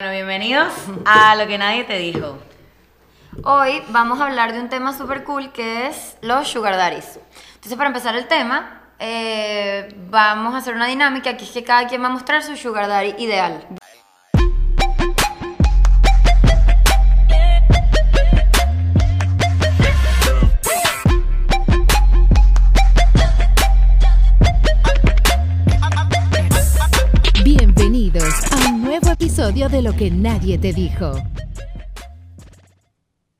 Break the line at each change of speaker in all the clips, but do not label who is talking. Bueno, bienvenidos a Lo que nadie te dijo.
Hoy vamos a hablar de un tema súper cool que es los sugar daddies. Entonces, para empezar el tema, eh, vamos a hacer una dinámica que es que cada quien va a mostrar su sugar daddy ideal.
Bienvenidos a un nuevo episodio de Lo que nadie te dijo.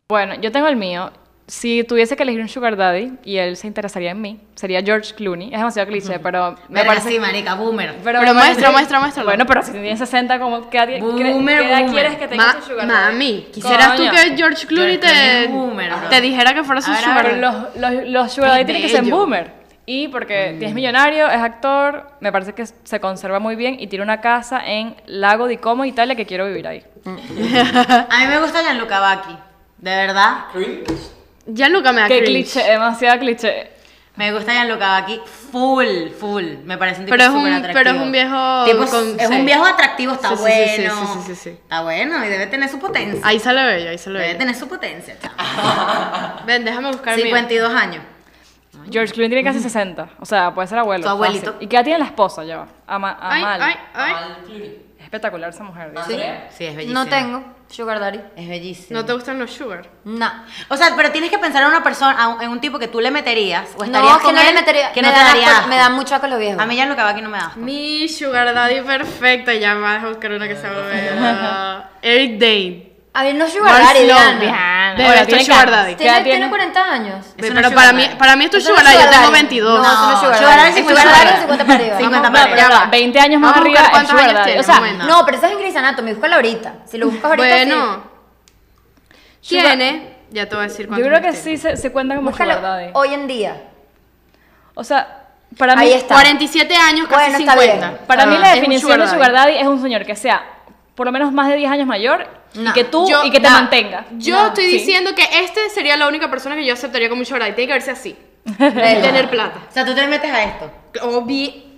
Bueno, yo tengo el mío. Si tuviese que elegir un sugar daddy y él se interesaría en mí, sería George Clooney. Es demasiado cliché, pero me
Me
parece...
así, marica, boomer.
Pero,
Pero
me parece-
muestra, muestra, muéstralo.
Bueno, pero si tiene 60, como ¿qué, qué-
Boomer,
qué edad
boomer.
quieres que tenga
Ma-
tu sugar daddy?
mami, quisieras
Coño.
tú que pues, George Clooney
George Clooney
te,
es boomer, bro.
te dijera que fuera su
Ahora,
sugar
Pero
daddy.
los, los, los sugar daddy
Qué
tienen que ser
bello. Mm.
boomer. Y porque es millonario, es actor, me parece que se conserva muy bien y tiene una casa en Lago di Como, Italia, que quiero vivir ahí.
A mí me gusta Gianluca Vacchi, de verdad.
Ya Luca me da
Qué
cringe.
cliché, demasiado cliché.
Me gusta Gianluca Vacchi full, full. Me parece un tipo
Pero es un-
súper atractivo.
pero es un viejo
Tipo, es-
con-
es un
sí.
viejo atractivo, está
Sí, sí, sí, sí,
bueno.
sí, sí, sí.
Está bueno y debe tener su potencia.
Ahí sale bello, ahí sale
debe
bello.
tener su potencia. chamo.
Ven, déjame buscar el mío.
52 años.
George Clooney tiene casi 60. O sea, puede ser abuelo.
Su abuelito.
fácil. ¿Y qué edad tiene la esposa? Ya va. Ama-
Ay,
Amal.
ay, ay.
Es espectacular esa mujer. Dios mío.
Sí, es bellísimo.
No tengo sugar daddy.
Es bellísimo.
¿No te gustan los sugar?
No.
O sea, pero tienes que pensar en una persona, a un- en un tipo que tú le meterías o Pues estarías
No, que
con
no le
él,
metería.
que
me,
no te
da
daría
asco-
asco.
me da mucho asco los viejos.
A mí ya lo que va aquí no me da asco.
Mi sugar daddy perfecto. Ya me deja buscar una que sea buena. Eric Dane.
A mí no es sugar
Mark
daddy,
Sloan.
Diana.
Diana.
De
Ahora,
verdad,
tiene
es sugar
cara.
daddy.
¿Qué edad
¿Tiene, tiene
tiene?
40 años.
Eso no
Ve, Pero
es
para
sugar
mí,
daddy.
para mí esto es
Eso no es
sugar daddy. Yo
sugar
tengo
daddy.
22.
No, eso no es sugar
Sugar daddy
daddy.
es
Es
sugar
sugar daddy
daddy.
es 50 para arriba.
50
No,
para
pero
arriba.
ya va. 20 años más
Vamos a
arriba
buscar
es
cuántos
sugar
años
daddy.
tiene,
O sea,
un momento.
No, pero eso es en Grey's Anatomy. Búscalo ahorita. Si lo buscas ahorita, sí.
Bueno.
Sugar-
Tiene. Ya te voy a decir cuántos
yo creo que
años
sí se, se cuenta como sugar daddy.
Búscalo hoy en día.
O sea, para mí,
Ahí está.
47 años, casi
Bueno, está
50.
bien.
para mí la
Ah, Es un
definición de
daddy.
sugar daddy es un señor que sea por lo menos más de 10 años mayor y
No.
que tú
Yo-
y que te
no.
mantenga.
Yo
No.
estoy
Sí.
diciendo que este sería la única persona que yo aceptaría como un sugar daddy. Tiene que verse así.
Regla.
Tener plata.
O sea, tú te metes a esto.
Obvi.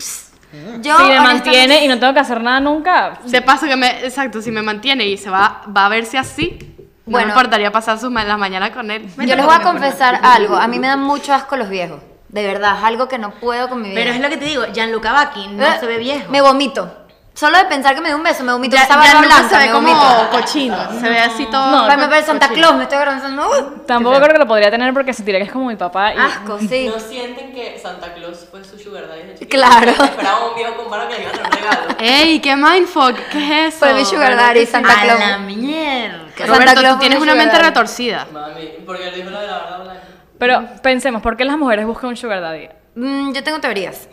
Si
Yo,
me
honestamente,
mantiene y no tengo que hacer nada nunca,
De paso que me, exacto, si me mantiene y se va, va a verse así,
Bueno.
no me importaría pasar sus ma- las mañanas con él.
Yo les voy a confesar algo. A mí me dan mucho asco los viejos. De verdad, es algo que no puedo con mi vida.
Pero es lo que te digo, Gianluca Vacchi no
Eh,
se ve viejo.
Me vomito. Solo de pensar que me dé un beso, me vomito.
Ya,
Esa
ya
barba
nunca
blanca,
se ve
me
como
vomito.
cochino, se ve así todo.
No,
Ay, me parece Santa
cochino.
Claus, me estoy agarrando. uh,
tampoco creo que lo podría tener porque sentiría que es como mi papá. Y,
asco, sí.
¿No sienten que Santa Claus fue su sugar daddy de chiquito?
Claro.
Esperaba un viejo con barba que le iba a traer un regalo.
¡Ey, qué mindfuck! ¿Qué es eso?
Fue mi sugar
¿Verdad
daddy,
que sí?
Santa
a
Claus.
la mierda.
Santa
Roberto,
Claus
tú
fue
tienes
mi
una
sugar
mente
daddy.
retorcida.
Mami, porque le dijo lo de la barba blanca.
Pero pensemos, ¿por qué las mujeres buscan un sugar daddy?
Mm, yo tengo teorías.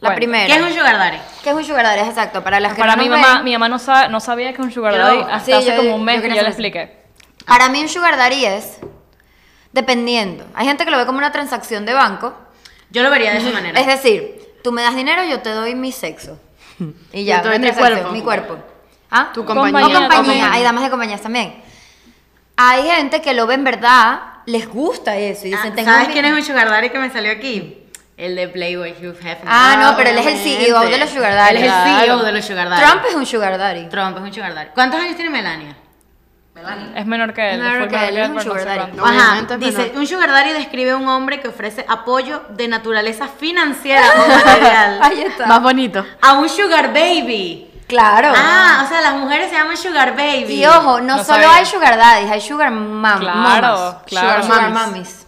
La
Cuenta.
primera.
¿Qué es un sugar daddy?
¿Qué es un sugar daddy? Es Exacto, para las que
Ah, Para
no
mi
nos
mamá,
ven.
mi mamá no, sabe, no sabía que un sugar
Yo-
daddy hasta
sí,
hace
yo-
como
yo
un mes que
quería
yo le
saber.
expliqué.
Para mí un sugar daddy es dependiendo. Hay gente que lo ve como una transacción de banco.
Yo lo vería de esa manera.
Es decir, tú me das dinero, yo te doy mi sexo. Y ya,
Yo te doy
una
mi
transacción,
cuerpo.
mi cuerpo. ¿Ah?
Tu
O
compañía,
compañía,
tu compañía.
Hay damas de compañías también. Hay gente que lo ve en verdad, les gusta eso y dicen,
Ah,
tengo
¿Sabes
mi-
quién es un sugar daddy que me salió aquí? El de Playboy Hugh Hefner.
Ah, no, pero él es el
obviamente.
CEO de los sugar daddy.
Él es el E
Claro.
CEO de los sugar daddy.
Trump es un sugar daddy.
Trump es un sugar daddy. ¿Cuántos años tiene Melania?
Es menor que él.
Menor
fue
que él, es un
por no
sugar
sé
daddy.
cuánto.
Ajá,
Obviamente,
dice,
pero-
un sugar daddy describe a un hombre que ofrece apoyo de naturaleza financiera o material
Ahí está.
Más bonito.
a un sugar baby.
Claro.
Ah, o sea, las mujeres se llaman sugar baby.
Oh. Y ojo, no,
No
solo
sabía.
hay sugar daddies, hay sugar mam
Claro,
mamas.
claro.
Sugar, sugar
Mamis.
mamis.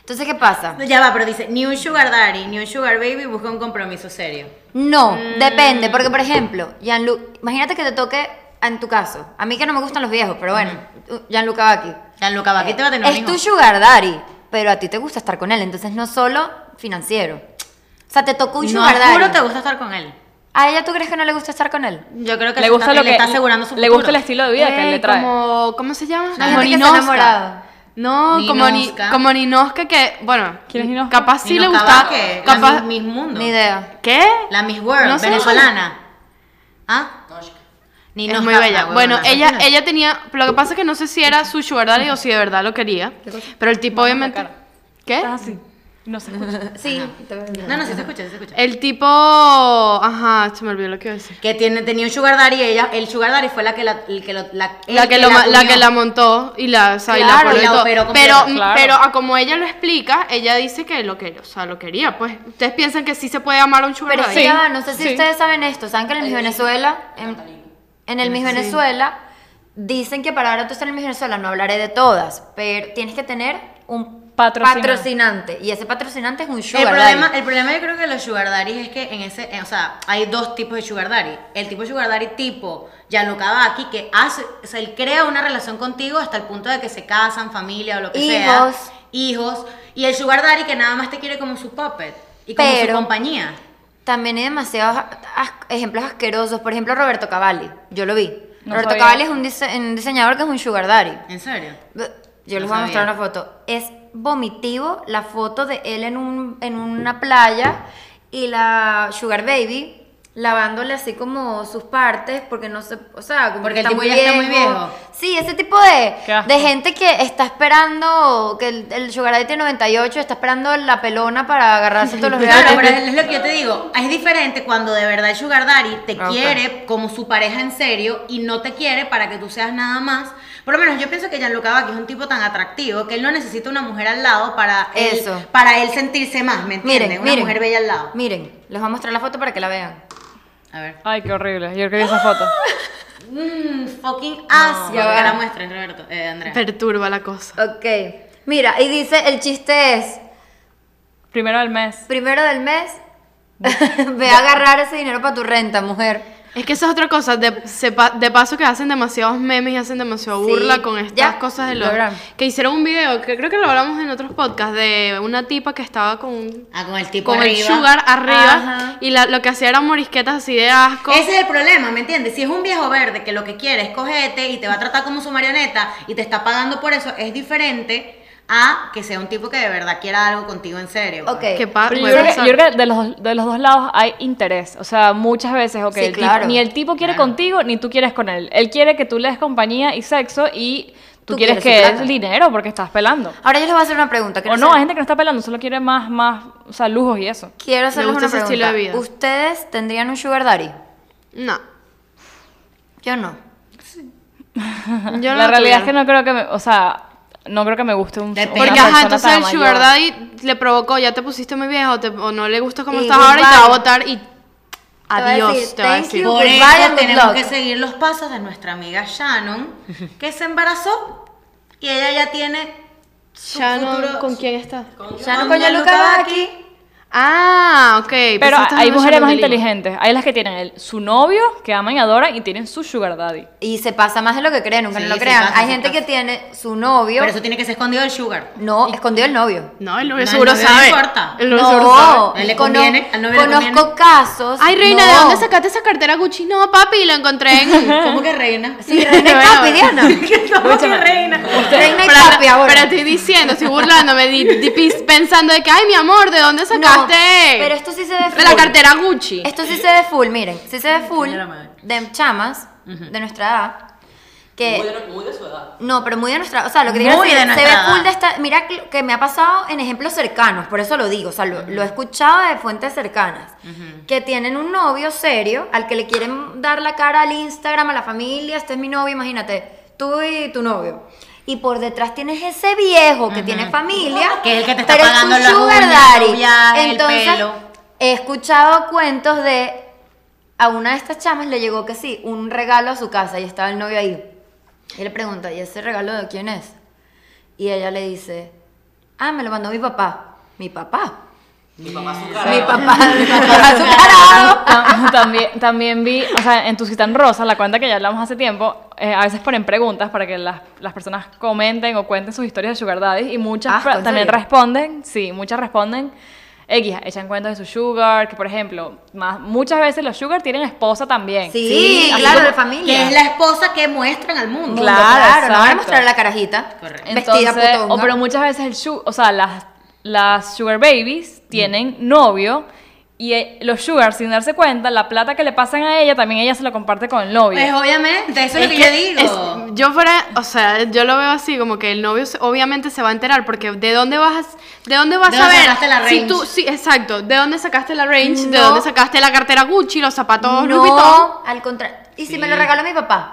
Entonces, ¿qué pasa?
No, Ya va, pero dice, ni un sugar daddy, ni un sugar baby busca un compromiso serio.
No,
Mm.
depende, porque por ejemplo, Gianlu- imagínate que te toque en tu caso. A mí que no me gustan los viejos, pero bueno, uh, Gianluca Vacchi.
Gianluca Vacchi te va a tener un
Eh, Es
hijo.
tu sugar daddy, pero a ti te gusta estar con él, entonces no solo financiero. O sea, te tocó un
No,
sugar daddy.
juro te gusta estar con él.
¿A ella tú crees que no le gusta estar con él?
Yo creo que
Le
eso también
gusta lo
le
que
está asegurando su
le gusta el estilo de vida que él
Ey,
le trae.
Eh, Como, ¿Cómo se llama?
Hay gente que se ha
Ninosca.
enamorado.
No, como, ni,
Ninosca.
como Ninosca que, bueno,
¿Quién es Ninosca?
capaz sí le
gustaba
gustaba.
que la
Capaz,
Miss, Miss Mundo.
Ni idea.
¿Qué?
La Miss World,
No sé.
venezolana. ¿Ah? Ni
es
nos
muy
capta,
bella.
huevona.
Bueno, ella, ella tenía, lo que pasa es que no sé si era su sugar daddy o si de verdad lo quería, pero el tipo obviamente...
cara.
¿Qué?
Estás así. No se escucha.
Sí.
No, no, sí se escucha, sí se escucha.
El tipo. Ajá, se me olvidó lo que iba a decir.
Que tiene, tenía un sugar daddy y ella, el sugar daddy fue la que la, el que lo- la, el
La que, lo, ma- la
unió.
que la montó y la, o sea, y la
Claro,
pobló y
la
todo.
operó
pero,
completa,
claro.
pero a como ella lo explica, ella dice que lo que, o sea, lo quería, pues. Ustedes piensan que sí se puede amar a un sugar
Pero
daddy?
sí,
Sí,
ya va, no sé si
sí.
ustedes saben esto, saben que en el Miss Venezuela, en, en el Miss Venezuela, dicen que para ahora tú estar en el Miss Venezuela, no hablaré de todas, pero tienes que tener un
Patrocinante.
patrocinante, y ese patrocinante es un sugar
el
daddy.
problema, el problema yo creo que los sugar daddy es que en ese, eh, o sea, hay dos tipos de sugar daddy. El tipo de sugar daddy tipo Gianluca Vacchi que hace, o sea, él crea una relación contigo hasta el punto de que se casan, familia o lo que sea.
Hijos.
Hijos. Y el sugar daddy que nada más te quiere como su puppet y como su
Pero-
compañía.
También hay demasiados as- ejemplos asquerosos, por ejemplo Roberto Cavalli, yo lo vi.
No
Roberto
sabía.
Cavalli es un, dise- un diseñador que es un sugar daddy.
¿En serio?
Yo
No
les voy a mostrar
sabía.
una foto. Es vomitivo la foto de él en, un, en una playa y la Sugar Baby lavándole así como sus partes porque no se, o sea, como
Porque el
que
tipo ya está muy viejo.
Sí, ese tipo de,
Qué asco.
de gente que está esperando que el, el Sugar Daddy tiene 98, está esperando la pelona para agarrarse todos los
Claro,
regalos.
pero es lo que yo te digo. Es diferente cuando de verdad el Sugar Daddy te
Ok.
quiere como su pareja en serio y no te quiere para que tú seas nada más. Por lo menos yo pienso que Gianluca Vacchi es un tipo tan atractivo que él no necesita una mujer al lado para, él-
Eso.
para él sentirse más, ¿me entiendes?
Miren,
una
miren.
mujer bella al lado.
Miren, les voy a mostrar la foto para que la vean.
A ver.
Ay, qué horrible. Yo quería esa foto.
Mmm, fucking asco.
ya va.
que la muestren, Roberto. Eh, Andrea.
Perturba la cosa.
Ok. Mira, y dice, el chiste es,
Primero del mes.
Primero del mes, ve a agarrar ese dinero para tu renta, mujer.
Es que esa es otra cosa, de, sepa- de paso que hacen demasiados memes y hacen demasiado
Sí,
burla con estas
ya,
cosas de
lo
los...
verán.
Que hicieron un video, que creo que lo hablamos en otros podcasts, de una tipa que estaba con un-
Ah, con el tipo
Con el
arriba.
sugar arriba
Ajá.
y la- lo que hacía eran morisquetas así de asco.
Ese es el problema, ¿me entiendes? Si es un viejo verde que lo que quiere es cogerte y te va a tratar como su marioneta y te está pagando por eso, es diferente a que sea un tipo que de verdad quiera algo contigo en serio. pues.
Ok.
Que pa-
Pero yo
puede
creo, que,
pasar.
yo creo que de los, de los dos lados hay interés. O sea, muchas veces, ok,
Sí,
el tipo-
claro.
ni el tipo quiere
Claro.
contigo, ni tú quieres con él. Él quiere que tú le des compañía y sexo y tú,
Tú
quieres,
quieres su
que
plata.
él dinero porque estás pelando.
Ahora yo les voy a hacer una pregunta.
O
quiero
no,
hacer-
hay gente que no está pelando, solo quiere más, más, o sea, lujos y eso.
Quiero hacerles
gusta
una
ese estilo
pregunta.
de vida.
¿Ustedes tendrían un sugar daddy?
No.
Yo no.
Yo
la
no
realidad es
tuviera.
que no creo que me, o sea, no creo que me guste un una
Depende.
Porque
persona
ajá, entonces
tan
el
mayor.
sugar daddy le provocó, ya te pusiste muy viejo o te- o no le gusta como
Y
estás ahora y te va a
goodbye.
votar y
va a
adiós,
decir,
te va a
"Thank
decir.
you".
Por
Goodbye
eso
and good
tenemos
luck.
que seguir los pasos de nuestra amiga Shannon, que se embarazó y ella ya tiene su futuro-
¿con quién estás?
Shannon
Con Gianluca
Gianluca
Vacchi.
Vacchi.
Ah, ok. pensé que
Pero
estabas
hay
hablando
mujeres
sobre
más
Lili.
inteligentes. Hay las que tienen el- su novio, que aman y adoran, y tienen su sugar daddy.
Y se pasa más de lo que creen, nunca
Sí,
no lo
se
crean.
pasa,
hay
se
gente
pasa.
que tiene su novio.
Pero eso tiene que ser escondido del sugar.
No, escondió el novio.
No, el novio
No, el
seguro
novio no
sabe.
importa.
El novio seguro sabe.
No,
¿Le
cono-
conviene? ¿Al novio le
conozco
conviene?
casos.
Ay, reina,
no.
¿de dónde sacaste esa cartera Gucci? No, papi, lo encontré en...
¿Cómo que reina?
Sí, Reina y
Bueno,
Papi, Diana.
¿Cómo que reina?
Reina y
Pero-
Papi ahora.
Pero estoy diciendo, estoy burlándome, di- di- pis- pensando de que, ay, mi amor, ¿de dónde
No,
sacaste?
pero esto sí se ve
De la
full.
cartera Gucci.
Esto sí se ve full, miren, sí se ve full
Señora madre.
de chamas de nuestra edad que
Muy de, muy de su edad.
no, pero muy de nuestra, o sea, lo que digo
Muy
es
de
que se
nuestra
ve
edad.
full de esta, mira que- que me ha pasado en ejemplos cercanos, por eso lo digo, o sea, lo, lo he escuchado de fuentes cercanas, que tienen un novio serio al que le quieren dar la cara al Instagram, a la familia, este es mi novio, imagínate, tú y tu novio. Y por detrás tienes ese viejo que tiene familia.
Que es el que te está
pero
pagando
es un
las
sugar
uñas,
daddy.
los viajes, el
Entonces,
pelo.
he escuchado cuentos de a una de estas chamas le llegó que sí, un regalo a su casa y estaba el novio ahí. Y le pregunta, ¿y ese regalo de quién es? Y ella le dice, ah, me lo mandó mi papá. Mi papá.
Mi papá su
Mi
cara.
papá. Mi
Ah,
papá es un tarado.
Tam- también, también vi, o sea, en tu cita en rosa, la cuenta que ya hablamos hace tiempo, eh, a veces ponen preguntas para que las, las personas comenten o cuenten sus historias de sugar daddy y muchas
Asco,
pra-
¿en
también
serio?
responden, sí, muchas responden. X, echan cuentas de su sugar, que por ejemplo, más, muchas veces los sugar tienen esposa también.
Sí,
así
claro,
como-
de familia.
Que es la esposa que muestran al mundo.
Claro,
claro, no van a
exacto.
mostrar la carajita.
Correcto.
Vestida
Entonces,
putonga.
o
Mm.
pero muchas veces el su- o sea, las, las sugar babies tienen novio Y eh, los sugar, sin darse cuenta, la plata que le pasan a ella, también ella se la comparte con el novio.
Pues obviamente, eso es, lo que, yo digo.
es- yo fuera, o sea, yo lo veo así como que el novio se- obviamente se va a enterar porque de dónde vas, a- de dónde vas
¿De
a
dónde
ver
sacaste la
si
range?
tú, sí, exacto, de dónde sacaste la range, de
No.
dónde sacaste la cartera Gucci, los zapatos Louis Vuitton.
No, al contrario. ¿Y si me lo regaló mi papá?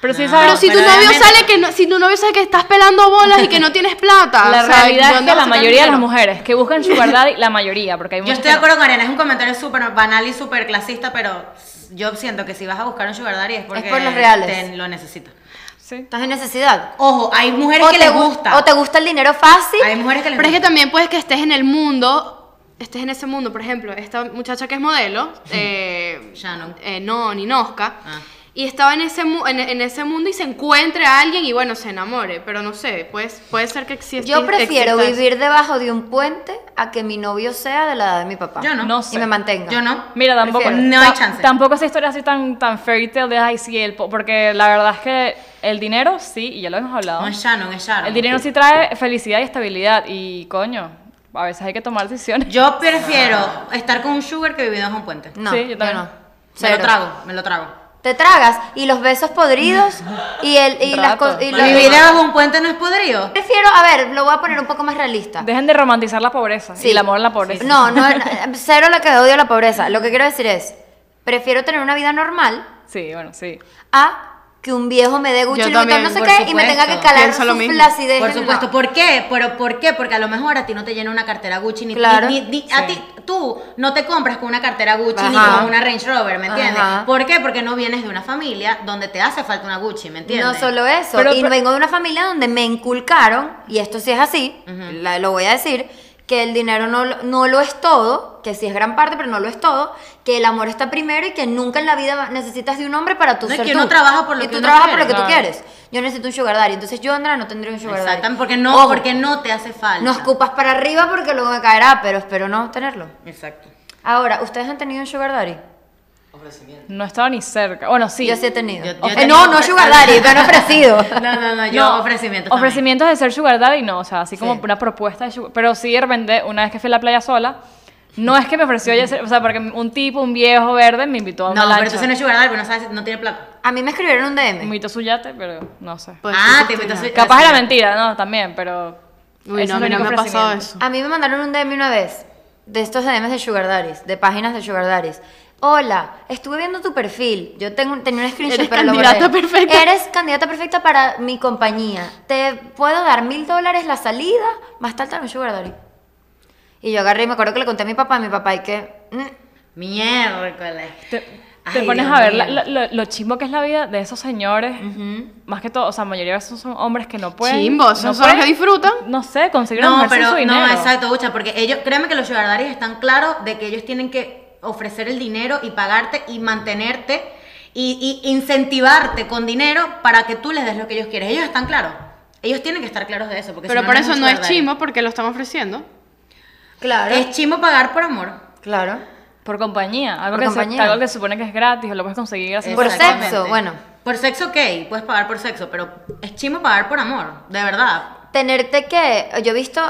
pero sí
Pero
sabes,
si tu
pero
novio
realmente-
sale que no, si tu novio sabe que estás pelando bolas y que no tienes plata,
la
o sea,
realidad es
¿dónde
que
vas
la
a sacar
mayoría de las
dinero?
mujeres que buscan sugar daddy, la mayoría, porque hay
Yo
muchas
estoy
que
de
no.
acuerdo con Ariana, es un comentario súper banal y súper clasista, pero yo siento que si vas a buscar un sugar daddy es porque
por los reales.
te lo necesitas.
Sí.
¿Estás en necesidad?
Ojo, hay mujeres que
te
les
gu-
gusta.
o te gusta el dinero fácil.
Hay mujeres que les
Pero es que
gusta.
también puedes que estés en el mundo, estés en ese mundo, por ejemplo, esta muchacha que es modelo, eh,
Shannon.
eh, no, Ninoska,
Ah.
y estaba en ese, mu- en, en ese mundo y se encuentre a alguien y bueno, se enamore, pero no sé, pues, puede ser que exista.
Yo prefiero
exista-
vivir debajo de un puente a que mi novio sea de la edad de mi papá.
Yo no.
No sé.
Y me mantenga.
Yo no.
Mira, tampoco.
Prefiero.
No hay
ta-
chance.
Tampoco esa historia así tan, tan fairy tale de ay, sí, el po- porque la verdad es que el dinero sí, y ya lo hemos hablado.
No es Shannon, es Sharon.
El dinero sí trae felicidad y estabilidad, y coño, a veces hay que tomar decisiones.
Yo prefiero estar con un sugar que vivir bajo un puente.
No,
Sí, yo también.
no.
Me lo
Cero.
trago, me lo trago.
Te tragas y los besos podridos y el y las
Rato.
cos- y
Bueno,
lo-
Vivir bajo un puente no es podrido.
Prefiero, a ver, lo voy a poner un poco más realista.
Dejen de romantizar la pobreza
Sí.
y el amor en la pobreza.
No, no, no, cero la que odio la pobreza. Lo que quiero decir es, prefiero tener una vida normal
Sí, bueno, sí.
a que un viejo me dé Gucci
Yo
Louis Vuitton,
también,
no sé
por
qué y me tenga que
supuesto.
calar
Pienso lo
su
mismo.
flacidez.
Por
en-
supuesto,
no.
¿por qué? ¿Pero por qué? Porque a lo mejor a ti no te llena una cartera Gucci, ni,
Claro.
ni- ni- a
Sí.
ti, tú no te compras con una cartera Gucci ni
Ajá.
con una Range Rover, ¿me entiendes?
Ajá.
¿Por qué? Porque no vienes de una familia donde te hace falta una Gucci, ¿me entiendes?
No solo eso,
Pero-
y
pero-
vengo de una familia donde me inculcaron, y esto sí es así, la- lo voy a decir, que el dinero no, lo- no lo es todo, que sí es gran parte, pero no lo es todo, que el amor está primero y que nunca en la vida va- necesitas de un hombre para tú
No, y
ser
que
tú.
uno trabaja por lo
Y
que
tú
uno
trabajas
quiere,
por lo que tú
claro.
quieres. Yo necesito un sugar daddy, entonces yo, Andra, no tendría un sugar daddy.
Exactamente, porque no,
Ojo,
porque no te hace falta.
No escupas para arriba porque luego me caerá, pero espero no tenerlo.
Exacto.
Ahora, ¿ustedes han tenido un sugar daddy?
Ofrecimiento.
No estaba ni cerca. Bueno, sí.
Yo sí he tenido.
Yo- yo he
Of- eh,
tenido
no,
un
no
ofre-
sugar daddy, me han ofrecido.
No, no, no, yo
No,
ofrecimientos. también.
Ofrecimientos de ser sugar daddy, no, o sea, así como
Sí.
una propuesta de sugar- Pero sí, de repente, una vez que fui a la playa sola, no es que me ofreció ella, ser- o sea, porque un tipo, un viejo verde, me invitó a una
No, pero
lancha.
entonces no es sugar daddy, porque no sabes, no tiene plata.
A mí me escribieron un
Me
DM.
invitó a su yate, pero no sé.
Pues,
ah,
sí,
te
sí,
metes
sí.
Capaz era mentira, no, también, pero...
Uy,
ese
no, a
es el
mí no
único
me ha pasado
ofrecimiento.
eso.
A mí me mandaron un DM una vez de estos DMs de Sugar Daddies, de páginas de Sugar Daddies. Hola, estuve viendo tu perfil. Yo tengo, tenía un screenshot,
Eres
pero lo
candidata
borré.
perfecta.
Eres candidata perfecta para mi compañía. Te puedo dar mil dólares la salida, más tal, tal, un Sugar Daddy. Y yo agarré y me acuerdo que le conté a mi papá, a mi papá, y que. mm,
Miércoles.
Te, te
Ay,
pones
Dios
a ver
mío.
la- la- lo, lo chimbo que es la vida de esos señores. Más que todo, o sea, la mayoría de esos son hombres que no pueden.
Chimbo, esos
no
son los que
pueden,
disfrutan.
No sé, conseguir una
No,
mujer sin
pero
su dinero.
no, exacto, Ucha, porque ellos, créeme que los sugar daddies están claros de que ellos tienen que ofrecer el dinero y pagarte y mantenerte y, y incentivarte con dinero para que tú les des lo que ellos quieren. Ellos están claros. Ellos tienen que estar claros de eso. Porque si
Pero
no,
por
no
eso
un
no es
sugar daddy.
chimo porque lo están ofreciendo.
Claro.
Es chimo pagar por amor.
Claro.
Por compañía, algo,
Por
que se-
compañía.
algo que se supone que es gratis o lo puedes conseguir así.
Por
Exactamente.
sexo, bueno.
Por sexo, ok, puedes pagar por sexo, pero es chimo pagar por amor, de verdad.
Tenerte que. Yo he visto.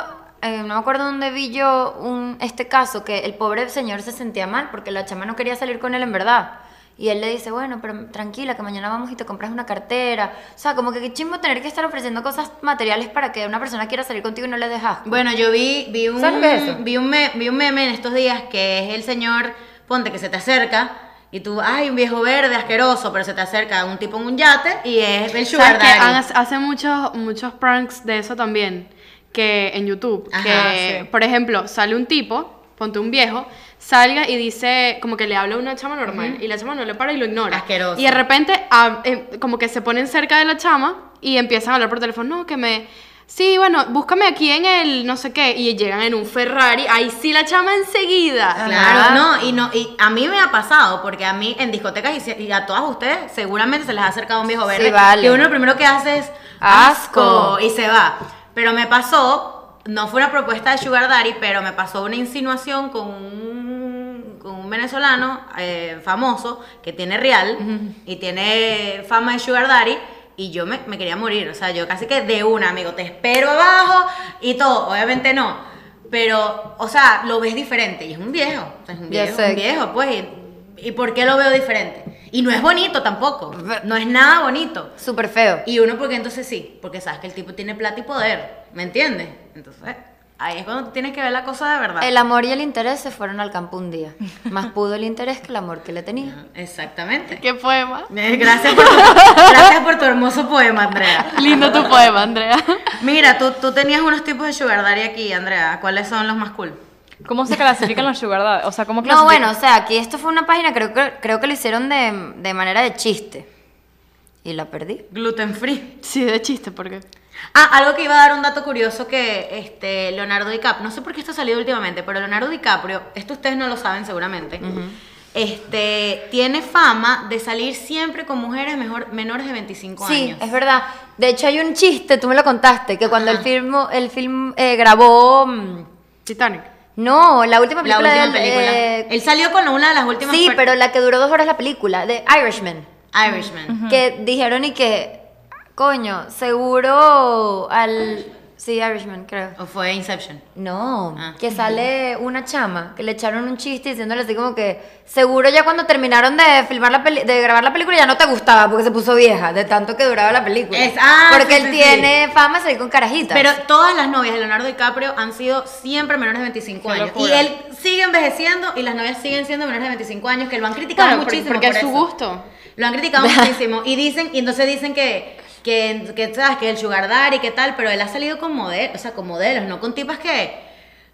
eh, no me acuerdo dónde vi yo un, este caso que el pobre señor se sentía mal porque la chama no quería salir con él en verdad. Y él le dice, bueno, pero tranquila, que mañana vamos y te compras una cartera. O sea, como que qué chingo tener que estar ofreciendo cosas materiales para que una persona quiera salir contigo y no le dejas.
Bueno, yo vi, vi un
¿Sabes qué es eso?
vi un, me- vi un meme en estos días que es el señor, ponte que se te acerca y tú, ay, un viejo verde asqueroso, pero se te acerca un tipo en un yate y es el sugar
¿Sabes que
daddy.
han- hacen muchos, muchos pranks de eso también, que en YouTube,
Ajá,
que,
sí.
por ejemplo, sale un tipo, ponte un viejo, salga y dice, como que le habla a una chama normal, y la chama no le para y lo ignora.
Asqueroso.
Y de repente, a- em, como que se ponen cerca de la chama y empiezan a hablar por teléfono, no, que me... Sí, bueno, búscame aquí en el no sé qué, y llegan en un Ferrari, ahí sí la chama enseguida.
Claro, no y, no, y a mí me ha pasado, porque a mí en discotecas y, se- y a todas ustedes seguramente se les ha acercado un viejo verde.
vale.
Que uno lo primero que hace es
Asco.
y se va. Pero me pasó, no fue una propuesta de Sugar Daddy, pero me pasó una insinuación con un, con un venezolano eh, famoso que tiene real y tiene fama de Sugar Daddy. Y yo me, me quería morir, o sea, yo casi que de una, amigo, te espero abajo y todo. Obviamente no. Pero, o sea, lo ves diferente y es un viejo. o sea, es un
Ya
viejo,
sé.
un viejo, pues. Y, ¿Y por qué lo veo diferente? Y no es bonito tampoco. No es nada bonito.
Súper feo.
Y uno, porque entonces sí, porque sabes que el tipo tiene plata y poder, ¿me entiendes? Entonces, ahí es cuando tú tienes que ver la cosa de verdad.
El amor y el interés se fueron al campo un día. Más pudo el interés que el amor que le tenía.
Exactamente.
¿Qué poema?
Eh, Gracias por, tu, gracias por tu hermoso poema, Andrea.
Lindo tu poema, Andrea.
Mira, tú, tú tenías unos tipos de sugar daddy aquí, Andrea. ¿Cuáles son los más cool?
¿Cómo se clasifican los sugar daddy? O sea, ¿cómo
No,
clasifican?
bueno, o sea, aquí esto fue una página, creo que, creo que lo hicieron de, de manera de chiste. Y la perdí.
Gluten free.
Sí, de chiste, porque.
Ah, algo que iba a dar un dato curioso que este Leonardo DiCaprio, no sé por qué esto ha salido últimamente, pero Leonardo DiCaprio, esto ustedes no lo saben seguramente, este tiene fama de salir siempre con mujeres mejor, menores de 25
Sí,
años.
es verdad. De hecho, hay un chiste, tú me lo contaste, que cuando el film, el film eh, grabó. mm,
Titanic.
No, la última
La
película
última
de él,
película.
eh,
Él salió con una de las últimas.
sí,
per-
pero la que duró dos horas la película, de Irishman.
Irishman.
Que dijeron y que. Coño, seguro al. Sí, Irishman, creo.
O fue Inception.
No,
Ah.
que sale una chama, que le echaron un chiste diciéndole así como que seguro ya cuando terminaron de filmar la peli- de grabar la película ya no te gustaba porque se puso vieja de tanto que duraba la película.
Es- ah, sí,
porque él
sí, sí.
tiene fama de salir con carajitas.
Pero todas las novias de Leonardo DiCaprio han sido siempre menores de 25
Qué
años. Y
locura.
él sigue envejeciendo y las novias siguen siendo menores de 25 años, que lo han criticado
Claro, Ah, por-
muchísimo.
porque
por
es su
eso.
gusto.
Lo han criticado muchísimo. Y dicen, y entonces dicen que, que, que, sabes, que el sugar daddy, que tal, pero él ha salido con modelos, o sea, con modelos, no con tipas que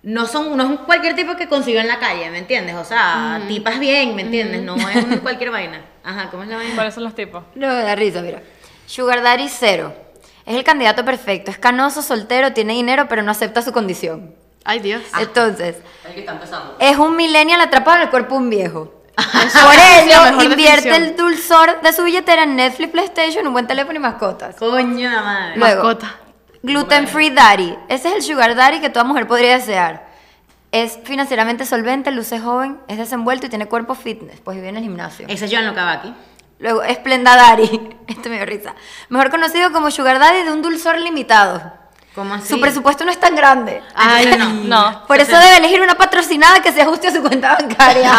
no son, no es un cualquier tipo que consiguió en la calle, ¿me entiendes? O sea, tipas bien, ¿me entiendes? No es un cualquier vaina. Ajá, ¿cómo es la vaina?
¿Cuáles son los tipos?
No, me da risa, mira. Sugar Daddy cero. Es el candidato perfecto. Es canoso, soltero, tiene dinero, pero no acepta su condición.
Ay, Dios.
Ah.
Entonces,
Es el que está empezando.
es un millennial atrapado en el cuerpo de un viejo. Por
es la
ello,
mejor
invierte
definición.
el dulzor de su billetera en Netflix, PlayStation, un buen teléfono y mascotas.
Coño, la madre.
Luego,
Mascota.
Gluten Free Daddy. Ese es el sugar daddy que toda mujer podría desear. Es financieramente solvente, luce joven, es desenvuelto y tiene cuerpo fitness, pues vive en el gimnasio.
Ese es Joan Locavaki.
Luego, Esplenda Daddy. Este me dio risa. Mejor conocido como sugar daddy de un dulzor limitado.
¿Cómo así?
Su presupuesto no es tan grande.
Ay, no.
No.
Por eso debe elegir una patrocinada que se ajuste a su cuenta bancaria.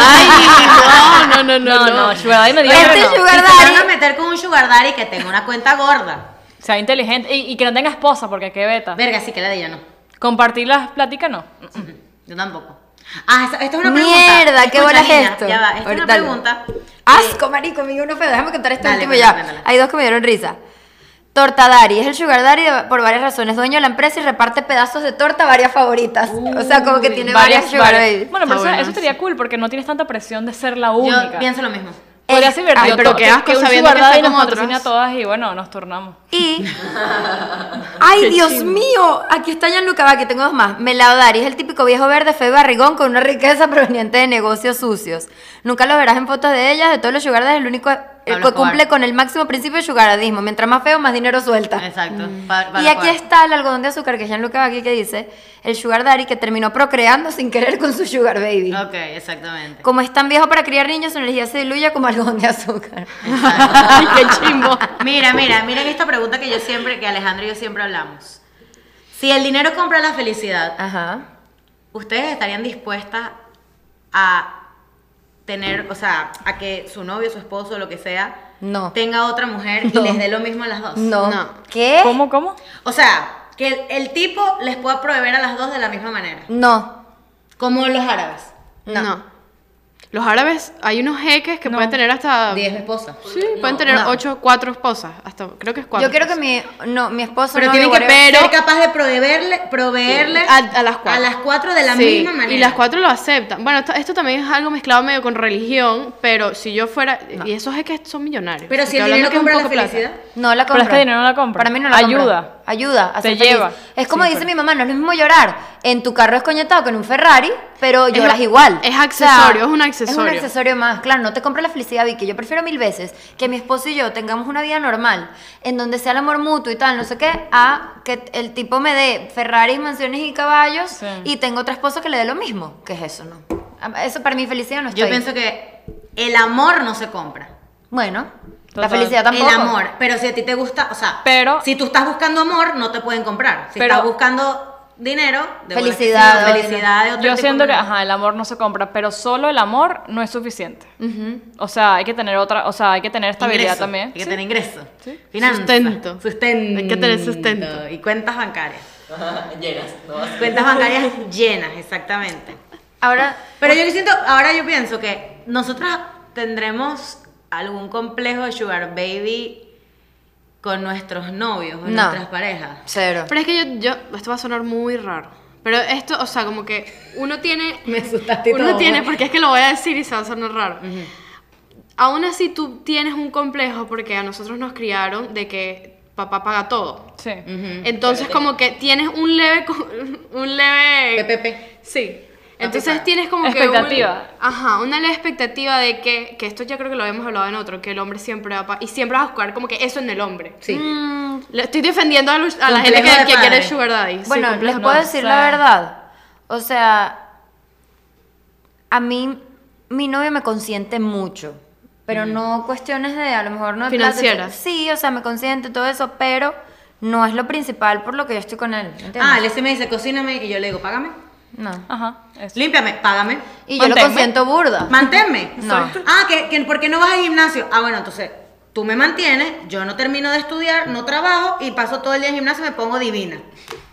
Ay, no, no, no.
No, no, sugar daddy me dio
Este
no.
sugar
Y se van a
daddy.
meter con un sugar daddy que tenga una cuenta gorda.
Sea inteligente y, y que no tenga esposa, porque qué beta.
Verga, sí que la de yo no.
Compartir las pláticas, no.
Yo tampoco. Ah, esta, esta es una pregunta.
Mierda, qué
Escucha,
bola
niña,
es esto.
Ya va, esta es
Ahorita
una
dale.
pregunta.
Asco, marico, me dio uno feo. Déjame contar este
Dale,
último
cuéntala,
ya.
cuéntala.
Hay dos que me dieron risa. Torta Dari, es el sugar daddy de- por varias razones. Dueño de la empresa y reparte pedazos de torta a varias favoritas. o sea, como que tiene varias, sugar
varias.
babies.
Bueno, pero
Está
eso,
bueno,
eso sería cool, porque no tienes tanta presión de ser la única.
Yo pienso lo mismo.
Podría ser divertido.
eh, Ay, pero
to-
qué asco
un
sabiendo
sugar
que
daddy
está
nos
como
patrocine
otros.
a todas y bueno, nos turnamos.
Y. ¡Ay, Dios mío! Aquí está Gianluca Vacchi, tengo dos más. Melao Dari es el típico viejo verde, feo y barrigón con una riqueza proveniente de negocios sucios. Nunca lo verás en fotos de ellas, de todos los sugar daddies, el único el
Pablo
que cumple
Escobar.
con el máximo principio de sugaradismo. Mientras más feo, más dinero suelta.
Exacto. pa- para
Mm. Y aquí
jugar.
está el algodón de azúcar que es Gianluca Vacchi que dice, el sugar daddy que terminó procreando sin querer con su sugar baby.
Ok, exactamente.
Como es tan viejo para criar niños, su energía se diluye como algodón de azúcar.
Ay, qué chimbo.
Mira, mira, miren esta pregunta que yo siempre, que Alejandro y yo siempre hablamos. Si el dinero compra la felicidad,
Ajá.
¿ustedes estarían dispuestas a tener, o sea, a que su novio, su esposo, lo que sea,
No.
tenga otra mujer
No.
y les dé lo mismo a las dos?
No.
No.
¿Qué?
¿Cómo, cómo?
O sea, que el, el tipo les pueda proveer a las dos de la misma manera.
No.
Como los árabes.
No. Los árabes, hay unos jeques que pueden tener hasta.
Diez esposas.
Sí, pueden tener
No.
ocho, cuatro esposas. Hasta, creo que es cuatro.
Yo quiero que mi, no, mi esposo
Pero
no
tienen que
whatever.
Pero-
Ser capaz de proveerle, proveerle
A, a las cuatro.
a las cuatro de la
Sí,
misma manera.
Y las cuatro lo aceptan. Bueno, esto, esto también es algo mezclado medio con religión, pero si yo fuera. Y esos jeques son millonarios.
Pero si
Estoy
el
hablando
dinero
que es un
compra la
poco plata.
felicidad.
No la
Pero
compra.
es que dinero no la compra.
Para mí no la compra.
Ayuda.
Ayuda. a
Te
ser feliz.
lleva.
Es como dice mi mamá, no es lo mismo llorar en tu carro escoñetado que en un Ferrari, pero lloras igual.
es accesorio, es un accesorio.
Es un accesorio más. Claro, no te compra la felicidad, Vicky. Yo prefiero mil veces que mi esposo y yo tengamos una vida normal, en donde sea el amor mutuo y tal, no sé qué, a que el tipo me dé Ferraris, mansiones y caballos
Sí.
y tengo otra esposa que le dé lo mismo. ¿Qué es eso? No. Ah, Eso para mi felicidad no está
Yo
ahí.
pienso que el amor no se compra.
Bueno, la
Total.
felicidad tampoco.
El amor. Pero si a ti te gusta, o sea,
Pero-
si tú estás buscando amor, no te pueden comprar. Si
Pero-
estás buscando dinero, de bolas que
Felicidad,
sí,
o
felicidad de otro
Yo
tipo,
siento que,
pero-
ajá, el amor no se compra, pero solo el amor no es suficiente. O sea, hay que tener otra, o sea, hay que tener estabilidad
Ingreso,
también.
Hay que
Sí.
tener ingreso. Finanzas,
Sustento.
Sustento.
Hay que tener sustento.
Y cuentas bancarias.
Llenas, no vas.
Cuentas bancarias llenas, exactamente.
Ahora,
Pero yo siento, ahora yo pienso que nosotras tendremos algún complejo de sugar baby con nuestros novios o
No.
nuestras parejas.
cero.
Pero es que yo, yo, esto va a sonar muy raro. Pero esto, o sea, como que uno tiene.
Me asustaste y
Uno
todo.
tiene, porque es que lo voy a decir y se va a sonar raro. Aún así, tú tienes un complejo porque a nosotros nos criaron de que papá paga todo.
Sí.
Entonces, como que tienes un leve. co- Un leve.
PPP.
Sí.
paga.
Entonces tienes como que. un-
Expectativa.
ajá, una leve expectativa de que. Que esto ya creo que lo habíamos hablado en otro, que el hombre siempre va a. pa- Y siempre vas a buscar como que eso en el hombre.
Sí.
Mm.
Le estoy defendiendo a, los- a la gente
Complejo de
que, que quiere
padre.
Sugar Daddy. Sí,
Bueno,
complejo.
les
no,
puedo
o
decir
sea-
la verdad. O sea, a mí, mi novio me consiente mucho. Pero no cuestiones de, a lo mejor no... de plata,
Financieras.
Sí, o sea, me consiente todo eso, pero no es lo principal por lo que yo estoy con él. ¿entiendes?
Ah, él sí me dice, cocíname, y yo le digo, págame.
No.
Ajá. eso.
Límpiame, págame.
Y yo lo
Manténme.
consiento burda.
Manténme.
No. Exacto.
Ah, que, que ¿por qué no vas al gimnasio? Ah, bueno, entonces tú me mantienes, yo no termino de estudiar, no trabajo y paso todo el día en gimnasio y me pongo divina.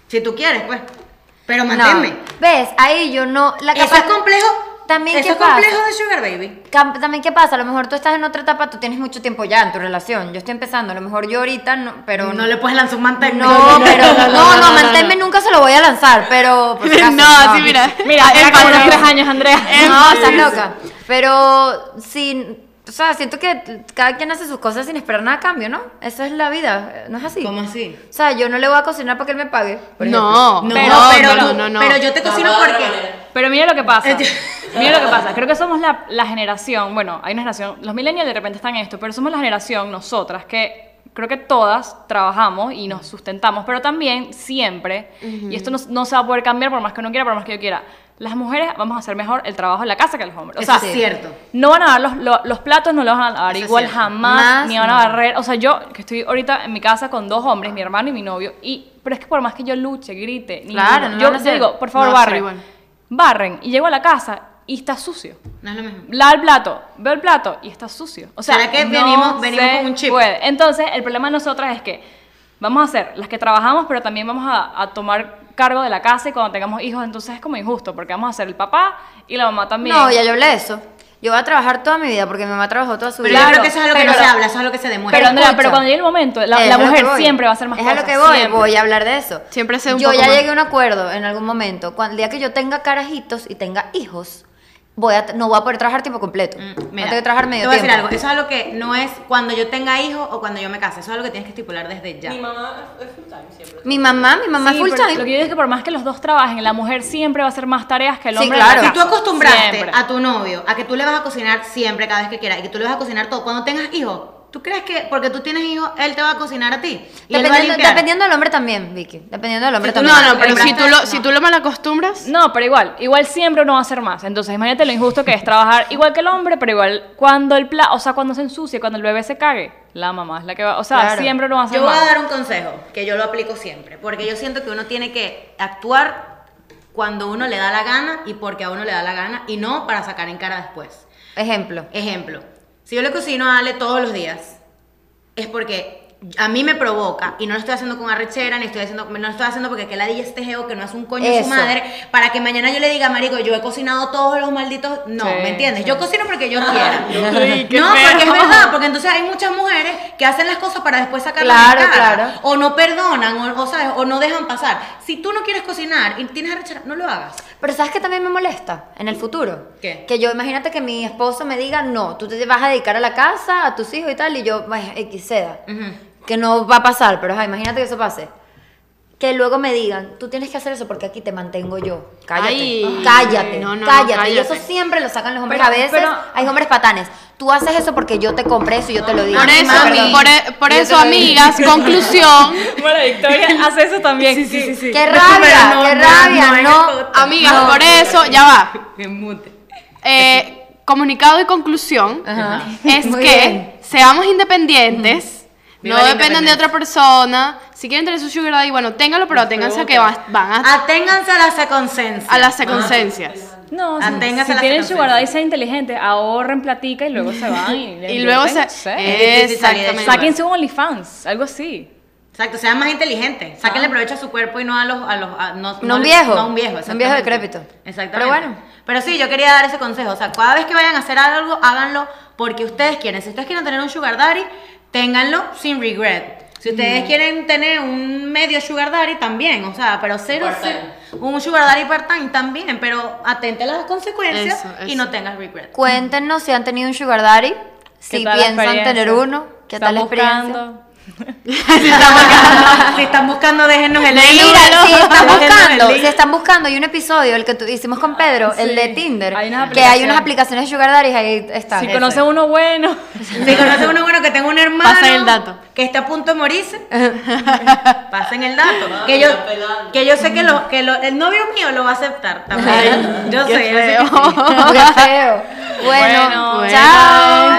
Si tú quieres, pues. Pero manténme.
No. ¿Ves? Ahí yo no... La
Eso
capa-
es complejo.
También,
eso
¿qué
es complejo
pasa?
de Sugar Baby.
Cam- También, ¿qué pasa? A lo mejor tú estás en otra etapa, tú tienes mucho tiempo ya en tu relación. Yo estoy empezando, a lo mejor yo ahorita, no, pero...
No le puedes lanzar un mantel.
No, pero no,
no,
no,
no,
manténme nunca se lo voy a lanzar, pero por si acaso,
no, así mira.
Mira,
El
era como unos
padrino.
tres años, Andrea.
No, estás loca. Pero sí, o sea, siento que cada quien hace sus cosas sin esperar nada a cambio, ¿no? Eso es la vida, ¿no es así?
¿Cómo así?
O sea, yo no le voy a cocinar para que él me pague. por ejemplo.
No,
No,
pero,
pero,
no,
tú-
no, no.
pero yo te cocino
No, no, no,
porque.
no, no.
Pero mira lo que pasa. Mira lo que pasa. Creo que somos la, la generación, bueno, hay una generación, los millennials de repente están en esto, pero somos la generación, nosotras, que creo que todas trabajamos y nos sustentamos, pero también siempre, y esto no, no se va a poder cambiar por más que uno quiera, por más que yo quiera, las mujeres vamos a hacer mejor el trabajo en la casa que los hombres. O
Eso
sea,
es cierto.
no van a dar los, lo- los platos, no los van a dar
Eso es
igual
cierto.
jamás,
Más
ni van
no.
a barrer. O sea, yo que estoy ahorita en mi casa con dos hombres, mi hermano y mi novio, y pero es que por más que yo luche, grite, ni
Claro,
diga-
no lo
yo
van a
yo
hacer.
digo, por favor,
No va a ser
barren.
igual.
Barren y llego a la casa y está sucio.
No es lo mismo.
Lava el plato, veo el plato y está sucio. O sea,
¿Será que
no
venimos- venimos
se
con un chip?
puede. Entonces, el problema de nosotras es que vamos a ser las que trabajamos, pero también vamos a, a tomar cargo de la casa y cuando tengamos hijos, entonces es como injusto, porque vamos a ser el papá y la mamá también.
No, ya yo hablé de eso. Yo voy a trabajar toda mi vida porque mi mamá trabajó toda su
Pero
vida.
yo creo que eso es a lo que
pero-
no se habla, eso es a lo que se demuestra.
Pero Andrea,
escucha.
pero cuando llegue el momento, la,
Es
la
a lo que
mujer
voy.
siempre va a ser más
Es a
cosas,
lo que voy,
siempre.
voy a hablar de eso.
Siempre sé un
Yo
poco
ya
más.
llegué a un acuerdo en algún momento. Cuando, el día que yo tenga carajitos y tenga hijos, voy a, no voy a poder trabajar tiempo completo.
Mm,
voy a
mira,
tener que trabajar medio
te voy a
tiempo.
decir algo. Eso es algo que no es cuando yo tenga hijos o cuando yo me case. Eso es algo que tienes que estipular desde ya.
Mi mamá es full time siempre.
Mi mamá, mi mamá
Sí,
full
pero
time.
Lo que yo digo es que por más que los dos trabajen, la mujer siempre va a hacer más tareas que el
Sí,
hombre.
claro.
en la
Si tú
casa.
acostumbraste
Siempre.
a tu novio a que tú le vas a cocinar siempre, cada vez que quieras, y que tú le vas a cocinar todo, cuando tengas hijos, ¿tú crees que porque tú tienes hijos, él te va a cocinar a ti? Y él va a
Dependiendo,
limpiar.
dependiendo del hombre también, Vicky. Dependiendo del hombre
tú
también.
No, no, pero si
Compraste-
tú lo, si tú lo malacostumbras.
No, pero igual, igual siempre uno va a hacer más. Entonces, imagínate lo injusto que es trabajar igual que el hombre, pero igual cuando el pla, o sea, cuando se ensucie, cuando el bebé se cague, la mamá es la que va, o sea,
Claro.
siempre uno va a hacer
Yo voy
más.
a dar un consejo que yo lo aplico siempre, porque yo siento que uno tiene que actuar cuando uno le da la gana y porque a uno le da la gana y no para sacar en cara después.
Ejemplo.
Ejemplo, si yo le cocino a Ale todos los días, es porque a mí me provoca y no lo estoy haciendo con arrechera, ni estoy haciendo, no lo estoy haciendo porque que la dije este geo que no hace un coño a
Eso.
su madre, para que mañana yo le diga, marico, yo he cocinado todos los malditos, no,
Sí,
¿me entiendes?
sí.
Yo cocino porque yo quiera.
Uy, qué
no,
feo.
porque es verdad, porque entonces hay muchas mujeres que hacen las cosas para después sacarlas
Claro,
en cara,
claro.
o no perdonan, o, o sabes, o no dejan pasar. Si tú no quieres cocinar y tienes arrechera, no lo hagas.
Pero ¿sabes qué también me molesta? En el futuro.
¿Qué?
Que yo, imagínate que mi esposo me diga, no, tú te vas a dedicar a la casa, a tus hijos y tal, y yo, pues, X seda. Que no va a pasar, pero ajá, imagínate que eso pase. Que luego me digan, tú tienes que hacer eso porque aquí te mantengo yo. Cállate.
Ay.
cállate.
No, no, no,
cállate. Y
cállate.
eso siempre lo sacan los hombres.
Pero-
a veces
pero-
hay hombres patanes. Tú haces eso porque yo te compré eso y yo te lo digo.
Por eso,
Mami,
por, e- por
yo te
eso,
lo digo.
amigas, conclusión.
Bueno, Victoria hace eso también. Sí, sí, sí.
¡Qué rabia!
no,
¡Qué
no, no,
rabia!
en
No,
el podcast.
Amigas, por eso, ya va.
Que mute.
Eh, comunicado y conclusión
Ajá.
es
Muy
que
bien.
seamos independientes,
Viva
no
la
dependan de
independencia.
otra persona, Si quieren tener su sugar daddy, bueno, ténganlo, pero aténganse a que va- van
Ah,
a,
Aténganse a la seconcencia.
a las circunstancias.
Ah.
No, si,
Aténgase
si
a la
tienen
circunstancia.
su guardada y sean inteligentes, ahorren platica y luego se van. Y,
Y luego se...
no
Eh,
sé.
Es difícil salir de
Exactamente.
sugar.
Sáquense un OnlyFans, algo así.
Exacto, sean más inteligentes. Sáquenle provecho a su cuerpo y no a los. A los a- no,
Ah. No un
le-
viejo.
No a un viejo,
Un viejo
exactamente.
decrépito.
Exactamente.
Pero bueno.
Pero sí, yo quería dar ese consejo. O sea, cada vez que vayan a hacer algo, háganlo porque ustedes quieren. Si ustedes quieren tener un sugar daddy, ténganlo sin regret. Si ustedes quieren tener un medio sugar daddy, también. O sea, pero cero.
Part-time.
cero- Un sugar daddy part-time también. Pero atente a las consecuencias
Eso,
y
eso.
no tengas regret.
Cuéntenos si han tenido un sugar daddy, si
¿Qué tal la
piensan
experiencia?
tener uno, qué
¿Están
tal la experiencia.
buscando?
si están buscando, déjennos el
Mira,
link.
si están
Déjennos el
buscando,
link.
si están buscando, hay un episodio, el que tu- hicimos con Pedro, el
Sí.
de Tinder,
Hay unas
que hay unas
aplicaciones.
aplicaciones de sugar daddies, ahí están.
Si conocen uno bueno.
Si conoce uno bueno que tenga un hermano
Pasen el dato.
que está a punto de morirse, pasen el dato. Que yo,
Ah, está pelando.
que yo sé que, lo, que lo- el novio mío lo va a aceptar también. yo
qué
sé, yo sé que
feo.
sí.
Qué feo. Bueno,
Bueno,
chao.